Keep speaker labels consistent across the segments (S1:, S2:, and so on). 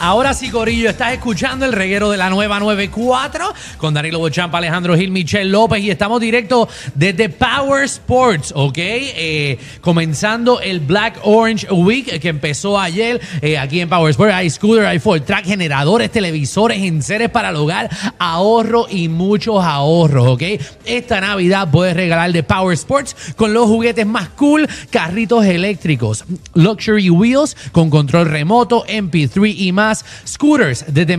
S1: Ahora sí, Corillo, estás escuchando el reguero de la nueva 94 con Danilo Bochampa, Alejandro Gil, Michelle López y estamos directo desde Power Sports, ¿ok? Eh, comenzando el Black Orange Week eh, que empezó ayer eh, aquí en Power Sports. Hay scooter, hay full track, generadores, televisores, enseres para el hogar, ahorro y muchos ahorros, ¿ok? Esta Navidad puedes regalar de Power Sports con los juguetes más cool, carritos eléctricos, luxury wheels con control remoto, MP3 y más, scooters desde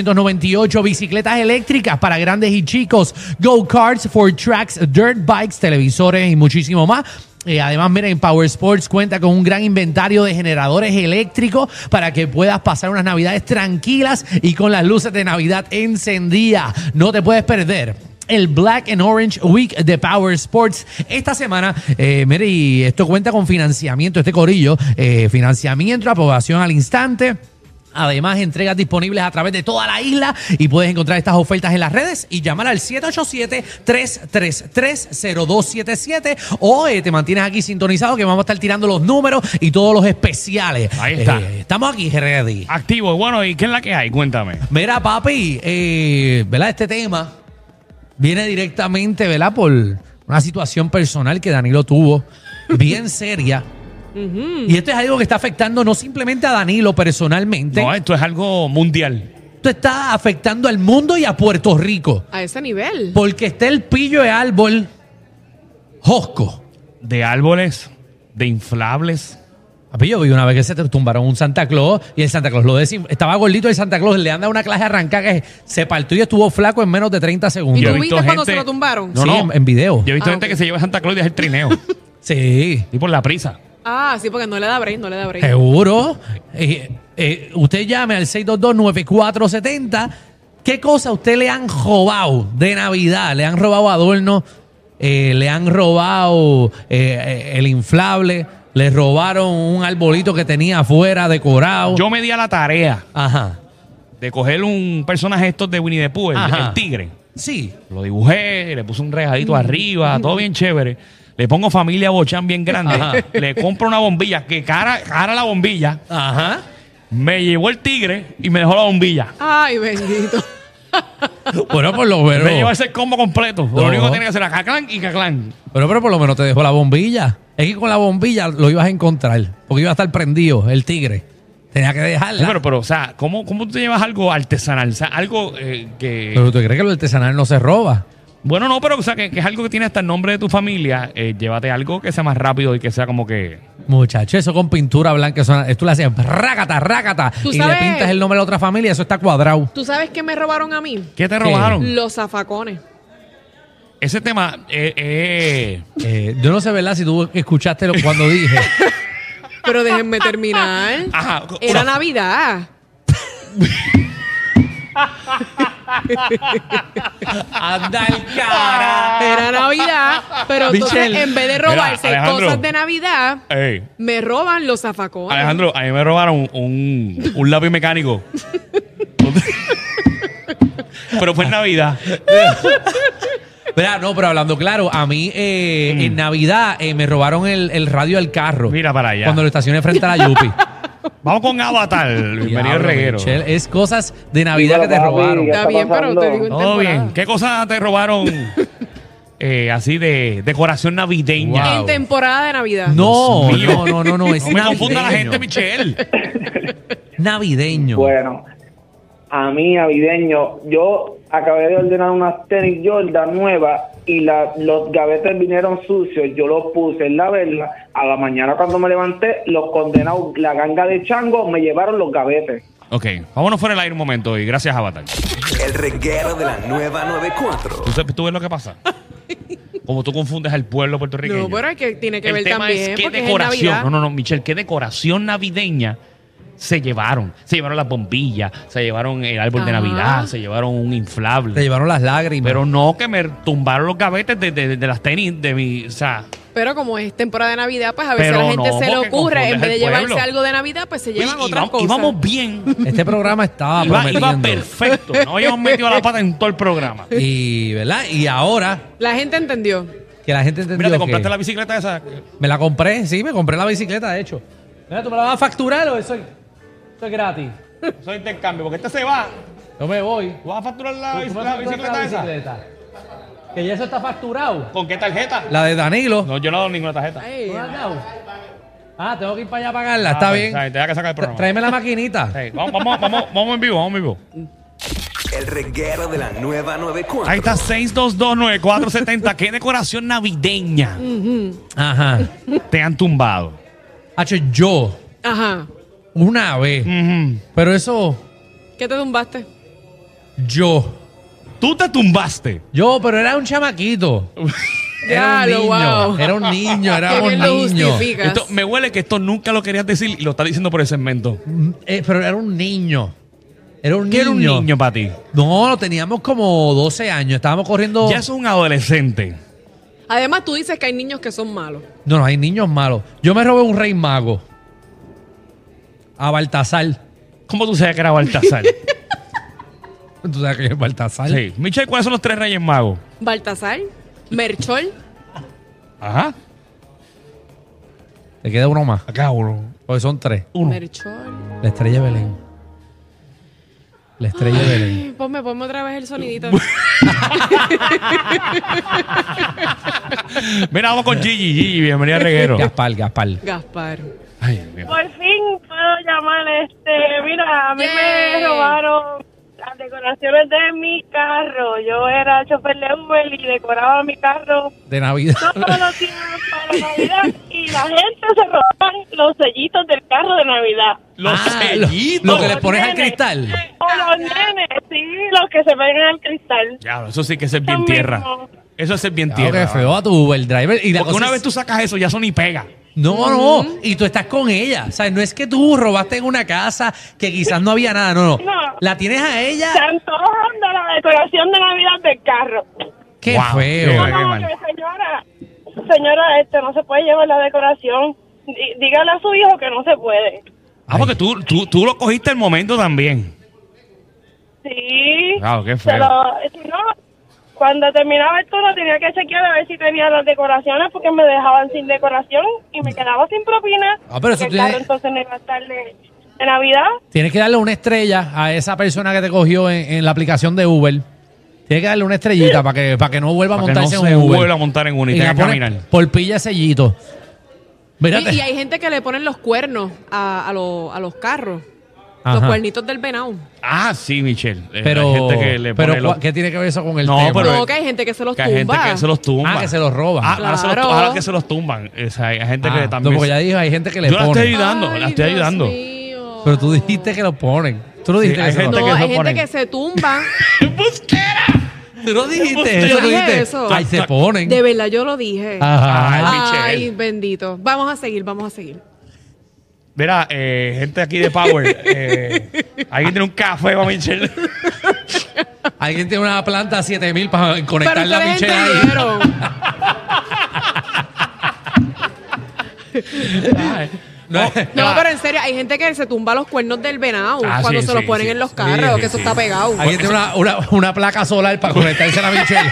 S1: 1498, bicicletas eléctricas para grandes y chicos, go-karts for tracks, dirt bikes, televisores y muchísimo más. Eh, además, miren, Power Sports cuenta con un gran inventario de generadores eléctricos para que puedas pasar unas navidades tranquilas y con las luces de Navidad encendidas. No te puedes perder el Black and Orange Week de Power Sports. Esta semana, eh, mire, y esto cuenta con financiamiento, este corillo, eh, financiamiento, aprobación al instante. Además, entregas disponibles a través de toda la isla y puedes encontrar estas ofertas en las redes y llamar al 787-333-0277 o eh, te mantienes aquí sintonizado que vamos a estar tirando los números y todos los especiales.
S2: Ahí está.
S1: Eh, estamos aquí, ready.
S2: Activo, bueno, ¿y qué es la que hay? Cuéntame.
S1: Mira, papi, eh, ¿verdad? Este tema viene directamente, ¿verdad? Por una situación personal que Danilo tuvo, bien seria. Y esto es algo que está afectando no simplemente a Danilo personalmente,
S2: No, esto es algo mundial.
S1: esto está afectando al mundo y a Puerto Rico.
S3: A ese nivel.
S1: Porque está el pillo de árbol Josco.
S2: De árboles, de inflables.
S1: Papi, yo vi una vez que se te tumbaron un Santa Claus y el Santa Claus lo desin- Estaba gordito el Santa Claus, le anda una clase arrancada que se partió y estuvo flaco en menos de 30
S3: ¿Y
S1: segundos.
S2: Yo he
S3: tú
S2: visto
S3: viste cuando
S2: gente-
S3: se lo tumbaron?
S2: No,
S1: sí,
S2: no.
S1: En, en video.
S2: Yo he visto
S3: Ah,
S2: gente
S3: ok.
S2: que se lleva a Santa Claus y deja el trineo.
S1: Sí.
S2: y por la prisa.
S3: Ah, sí, porque no le da break, no le da break.
S1: Seguro. Eh, eh, usted llame al 622-9470. ¿Qué cosa a usted le han robado de Navidad? ¿Le han robado adornos? Eh, ¿Le han robado eh, eh, el inflable? ¿Le robaron un arbolito que tenía afuera decorado?
S2: Yo me di a la tarea
S1: Ajá.
S2: de coger un personaje estos de Winnie the Pooh, el,
S1: Ajá.
S2: el tigre.
S1: Sí.
S2: Lo dibujé, le puse un rejadito arriba, todo bien chévere. Le pongo familia Bochán bien grande.
S1: Ajá.
S2: Le compro una bombilla, que cara, cara la bombilla.
S1: Ajá.
S2: Me llevó el tigre y me dejó la bombilla.
S3: Ay, bendito.
S1: Bueno, por lo menos.
S2: me llevó ese combo completo.
S1: No.
S2: Lo único que tiene que hacer es caclán y caclán.
S1: Pero, pero por lo menos te dejó la bombilla. Es que con la bombilla lo ibas a encontrar. Porque iba a estar prendido el tigre. Tenía que dejarla.
S2: Sí, pero, pero, o sea, ¿cómo, ¿cómo tú te llevas algo artesanal? O sea, algo eh, que...
S1: Pero tú crees que lo artesanal no se roba.
S2: Bueno, no, pero, o sea, que, que es algo que tiene hasta el nombre de tu familia. eh, llévate algo que sea más rápido y que sea como que...
S1: Muchacho, eso con pintura blanca, eso, tú le haces rácata, rácata,
S3: Tú
S1: y
S3: sabes-
S1: le pintas el nombre de la otra familia, eso está cuadrado.
S3: ¿Tú sabes qué me robaron a mí?
S2: ¿Qué te
S1: ¿Qué?
S2: robaron?
S3: Los zafacones.
S2: Ese tema... eh, eh,
S1: Eh, yo no sé, ¿verdad? Si tú escuchaste lo, cuando dije.
S3: Pero déjenme terminar.
S2: Ajá.
S3: Era
S2: o sea,
S3: Navidad.
S1: ¡Anda el cara!
S3: Era Navidad. Pero entonces,
S1: Michelle.
S3: en vez de robarse
S2: Mira, Alejandro.
S3: cosas de Navidad,
S2: ey,
S3: me roban los zafacones.
S2: Alejandro, a mí me robaron un, un lápiz mecánico. pero fue en Navidad.
S1: Mira, no, pero hablando claro, a mí eh, en Navidad eh, me robaron el, el radio del carro.
S2: Mm. Mira para allá.
S1: Cuando lo estacioné frente a la Yupi.
S2: Vamos con Avatar. Bienvenido al
S1: Diablo,
S2: reguero.
S1: Michelle, es cosas de Navidad
S4: Dímelo,
S1: que te
S4: papi,
S1: robaron.
S4: ¿qué
S3: Está bien, pero
S4: pasando?
S3: te digo en
S2: Todo
S3: temporada.
S2: bien. ¿Qué cosas te robaron eh, así de decoración navideña?
S1: Wow.
S3: En temporada de Navidad.
S1: No,
S2: Dios mío.
S1: no, no, no, no. Es
S2: No me confunda la
S1: navideño.
S2: gente, Michelle.
S1: Navideño.
S4: Bueno, a mí navideño. Yo acabé de ordenar unas tenis Jordan nuevas y la, los gavetes vinieron sucios. Yo los puse en la verla. A la mañana cuando me levanté, los condenados, la ganga de chango, me llevaron los gavetes.
S2: Ok, vámonos fuera del aire un momento y gracias, Avatar.
S5: El reguero de la nueva 94.
S2: ¿Tú, sabes- tú ves lo que pasa? Como tú confundes al pueblo puertorriqueño.
S3: No, pero es que tiene que
S2: El
S3: ver
S2: tema
S3: también.
S2: es qué
S3: porque es
S2: decoración.
S3: Navidad.
S2: no, no, no, Michelle, qué decoración navideña se llevaron. Se llevaron las bombillas, se llevaron el árbol de
S3: Ajá.
S2: Navidad, se llevaron un inflable.
S1: Te llevaron las lágrimas.
S2: Pero no que me tumbaron los gavetes de, de- de las tenis de mi. O sea,
S3: Pero como es temporada de Navidad, pues a veces
S2: Pero
S3: a la gente
S2: no,
S3: se le
S2: porque
S3: ocurre, en
S2: confundes
S3: vez de
S2: al
S3: llevarse
S2: pueblo.
S3: algo de Navidad, pues se
S2: oye,
S3: llevan otras
S2: íbamos,
S3: cosas.
S2: íbamos bien.
S1: Este programa estaba
S2: Iba, iba
S1: prometiendo.
S2: perfecto. No habíamos metido la pata en todo el programa.
S1: Y, ¿verdad? Y ahora
S3: La gente entendió.
S1: que la gente entendió
S2: Mira, te
S1: que-
S2: compraste la bicicleta esa.
S1: Me la compré, sí, me compré la bicicleta, de hecho. Mira, ¿tú me la vas a facturar o eso, eso es gratis?
S2: Eso es intercambio, porque este se va.
S1: Yo me voy.
S2: ¿Tú vas a facturar
S1: ¿Tú
S2: la,
S1: me
S2: bici-
S1: vas
S2: la
S1: a comprar
S2: bicicleta
S1: la
S2: esa?
S1: bicicleta? Que ya eso está facturado.
S2: ¿Con qué tarjeta?
S1: La de Danilo.
S2: No, yo no doy ninguna tarjeta.
S3: Ay,
S1: ¿No la has dado? Ah, tengo que ir para allá a pagarla, está
S2: Ah, pues,
S1: bien.
S2: está Te da que sacar el programa.
S1: Tráeme la maquinita.
S2: Sí, vamos, vamos, vamos, vamos en vivo, vamos en vivo.
S5: El reguero de la nueva 94.
S2: Ahí está 6229470. Qué decoración navideña
S1: Ajá.
S2: te han tumbado.
S1: Hacho, yo,
S3: Ajá.
S1: una vez,
S2: Mm.
S1: pero eso,
S3: ¿Qué te tumbaste?
S1: yo.
S2: Tú te tumbaste.
S1: Yo, pero era un chamaquito. Era un
S3: Diablo,
S1: niño.
S3: wow.
S1: Era un niño,
S3: Qué
S1: éramos
S3: bien lo
S1: niños.
S3: justificas.
S2: Esto, me huele que esto nunca lo querías decir y lo estás diciendo por el segmento.
S1: Eh, pero era un niño. Era un
S2: ¿Qué
S1: niño.
S2: era un niño para ti?
S1: No, teníamos como 12 años. Estábamos corriendo.
S2: Ya es un adolescente.
S3: Además, tú dices que hay niños que son malos.
S1: No, no, hay niños malos. Yo me robé un rey mago. A Baltasar.
S2: ¿Cómo tú sabes que era Baltasar?
S1: ¿Tú sabes que es Baltasar?
S2: sí. Michelle, ¿cuáles son los tres reyes magos?
S3: Baltasar, Merchol,
S2: Ajá.
S1: Te queda uno más.
S2: Acá, uno.
S1: Porque son tres.
S2: Uno.
S3: Merchol.
S1: La estrella de Belén. La estrella de Belén.
S3: Ay, Ponme, ponme otra vez el sonidito.
S2: Mira, vamos con Gigi. Gigi, bienvenida al reguero.
S1: Gaspar, Gaspar.
S3: Gaspar.
S2: Ay, Dios mío.
S6: Por fin puedo llamar este. Mira, a mí
S3: Yay.
S6: me robaron las decoraciones de mi carro. Yo era chofer de Uber y decoraba mi carro
S1: De Navidad.
S6: todos los días para Navidad y la gente se roban los sellitos del carro de Navidad.
S2: Los
S1: Ah, lo-
S2: sellitos.
S1: Lo que le
S6: Los
S1: pones al
S6: nenes.
S1: cristal.
S6: O los nenes, sí, los que se pegan al cristal.
S2: Diablo, eso sí que es ser bien tierra. Eso es ser bien
S1: Claro,
S2: tierra.
S1: que Ah, feo a tu Uber driver. Y la
S2: ah. Porque
S1: cosa
S2: una
S1: es-
S2: vez tú sacas eso, ya eso ni pega.
S1: No, no. Y tú estás con ella. O sea, no es que tú robaste en una casa que quizás no había nada. No, no.
S6: No.
S1: La tienes a ella.
S6: Se antojan de la decoración de Navidad del carro.
S1: Qué
S2: Wow,
S1: feo.
S2: qué-
S6: No,
S2: mal.
S6: que, señora, señora, este no se puede llevar la decoración. Dí- Dígale a su hijo que no se puede.
S2: Ah, porque tú, tú, tú lo cogiste el momento también.
S6: Sí.
S2: Claro, qué
S6: Se
S2: feo.
S6: lo- eh, si no, cuando terminaba el turno tenía que chequear a ver si tenía las decoraciones porque me dejaban sin decoración y
S2: Mm.
S6: me quedaba sin propina.
S1: Ah, pero eso
S6: Porque el carro
S1: tiene-
S6: entonces no iba a estar de, de Navidad.
S1: Tienes que darle una estrella a esa persona que te cogió en, en la aplicación de Uber. Tienes que darle una estrellita para que, para que no vuelva a
S2: Para que
S1: montarse en
S2: no se
S1: un Uber.
S2: vuelva a montar en una y
S1: la
S2: tenga que
S1: pones
S2: caminar.
S1: Por pilla sellito. Mírate.
S3: Y, y hay gente que le ponen los cuernos a, a los- a los carros. Los
S1: Ajá.
S3: cuernitos del venado.
S2: Ah, sí, Michelle. Eh,
S1: pero,
S2: hay gente que le
S1: pero
S2: pone los-
S1: ¿cuá- ¿qué tiene que ver eso con el
S2: No,
S1: tema?
S2: pero-
S3: no, que hay gente que se los
S2: que
S3: tumba.
S2: hay gente que se los tumba.
S1: Ah, que se los roba.
S2: Ah, ahora, se los,
S3: Claro.
S2: ahora que se los tumban. O sea, hay gente
S1: Ah,
S2: que
S1: no,
S2: también.
S1: porque ya dijo, hay gente que le
S2: Yo la
S1: pone.
S2: estoy ayudando, la estoy
S3: Dios
S2: ayudando.
S3: mío.
S1: Pero tú dijiste que lo ponen. Tú no
S2: Sí,
S1: dijiste
S2: hay
S1: que se lo
S2: gente
S3: No,
S2: que se
S3: hay gente
S2: ponen.
S3: que se tumba.
S1: Tú no dijiste
S3: Yo
S1: eso, tú
S3: dije
S1: dijiste.
S3: eso.
S1: Ay, se ponen.
S3: De verdad, yo lo dije.
S1: Ajá.
S2: Ay,
S3: Ay,
S2: Michelle.
S3: bendito. Vamos a seguir, vamos a seguir.
S2: Mira, eh, gente aquí de Power. eh, alguien tiene un café para Michelle.
S1: Alguien tiene una planta a 7000 para
S3: Pero
S1: conectar la
S3: ustedes
S1: Michelle ahí.
S3: entendieron.
S1: No, es-
S3: No, pero en serio, hay gente que se tumba los cuernos del venado
S2: Ah,
S3: cuando
S2: sí,
S3: se los
S2: sí,
S3: ponen
S2: sí.
S3: en los
S2: Sí,
S3: carros,
S2: sí,
S3: que eso
S2: sí.
S3: está pegado.
S1: Alguien tiene una, una- una placa solar para conectarse a la Michelle.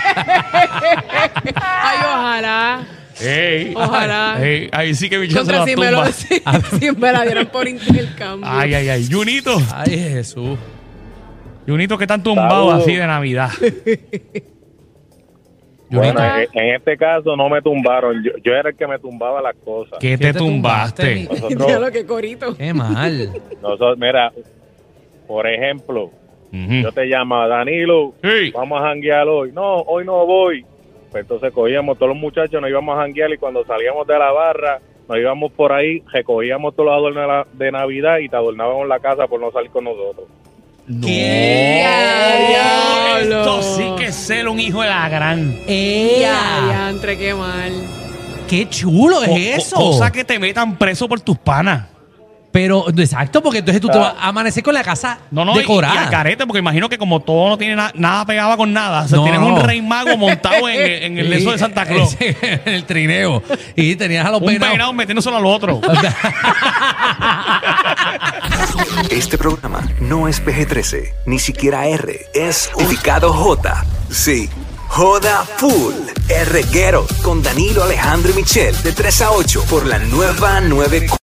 S3: Ay, ojalá.
S2: Ey,
S3: Ojalá.
S2: Ey, ahí sí que Michelle se
S3: Contra
S2: la
S3: si me, lo,
S2: tumba. Ah,
S3: si, si me la dieran por intercambio.
S2: Ay, ay, ay. Junito.
S1: Ay, Jesús.
S2: Junito que están tumbados
S7: Saludos.
S2: así de Navidad.
S7: Bueno,
S3: Ajá.
S7: en, en este caso no me tumbaron. Yo, yo era el que me tumbaba las cosas.
S2: ¿Qué te, tumbaste?
S1: mi-
S7: Nosotros,
S3: Diablo, qué corito.
S1: Qué mal.
S7: nosotros, mira, por ejemplo,
S2: Ujú.
S4: Yo te llamaba, Danilo,
S2: Sí.
S4: vamos a janguear hoy. No, hoy no voy. Pues entonces cogíamos todos los muchachos, nos íbamos a janguear y cuando salíamos de la barra, nos íbamos por ahí, recogíamos todos los adornos de, la- de Navidad y te adornábamos la casa por no salir con nosotros.
S1: ¿Qué?
S3: ¡Ya, diablo!
S1: Esto sí que es ser un hijo de la gran.
S3: Ya, entre qué mal.
S1: ¡Qué chulo
S2: Co- co-
S1: es eso!
S2: Cosa que te metan preso por tus panas.
S1: Pero, exacto, porque entonces tú te vas a amanecer con la casa
S2: No, no, y- Y, al
S1: decorada.
S2: carete, porque imagino que como todo no tiene na- nada pegaba con nada. O sea,
S1: No,
S2: tienes
S1: no.
S2: un rey mago montado en, el- en el eso de Santa Claus.
S1: Sí, En el trineo. Y tenías a los
S2: Un
S1: peinados.
S2: peinado metiéndoselo al otro.
S5: Este programa no es PG-13, ni siquiera R. Es ubicado J. Sí, Joda Full. El reguero con Danilo Alejandro y Michel de 3 a 8 por la nueva 9.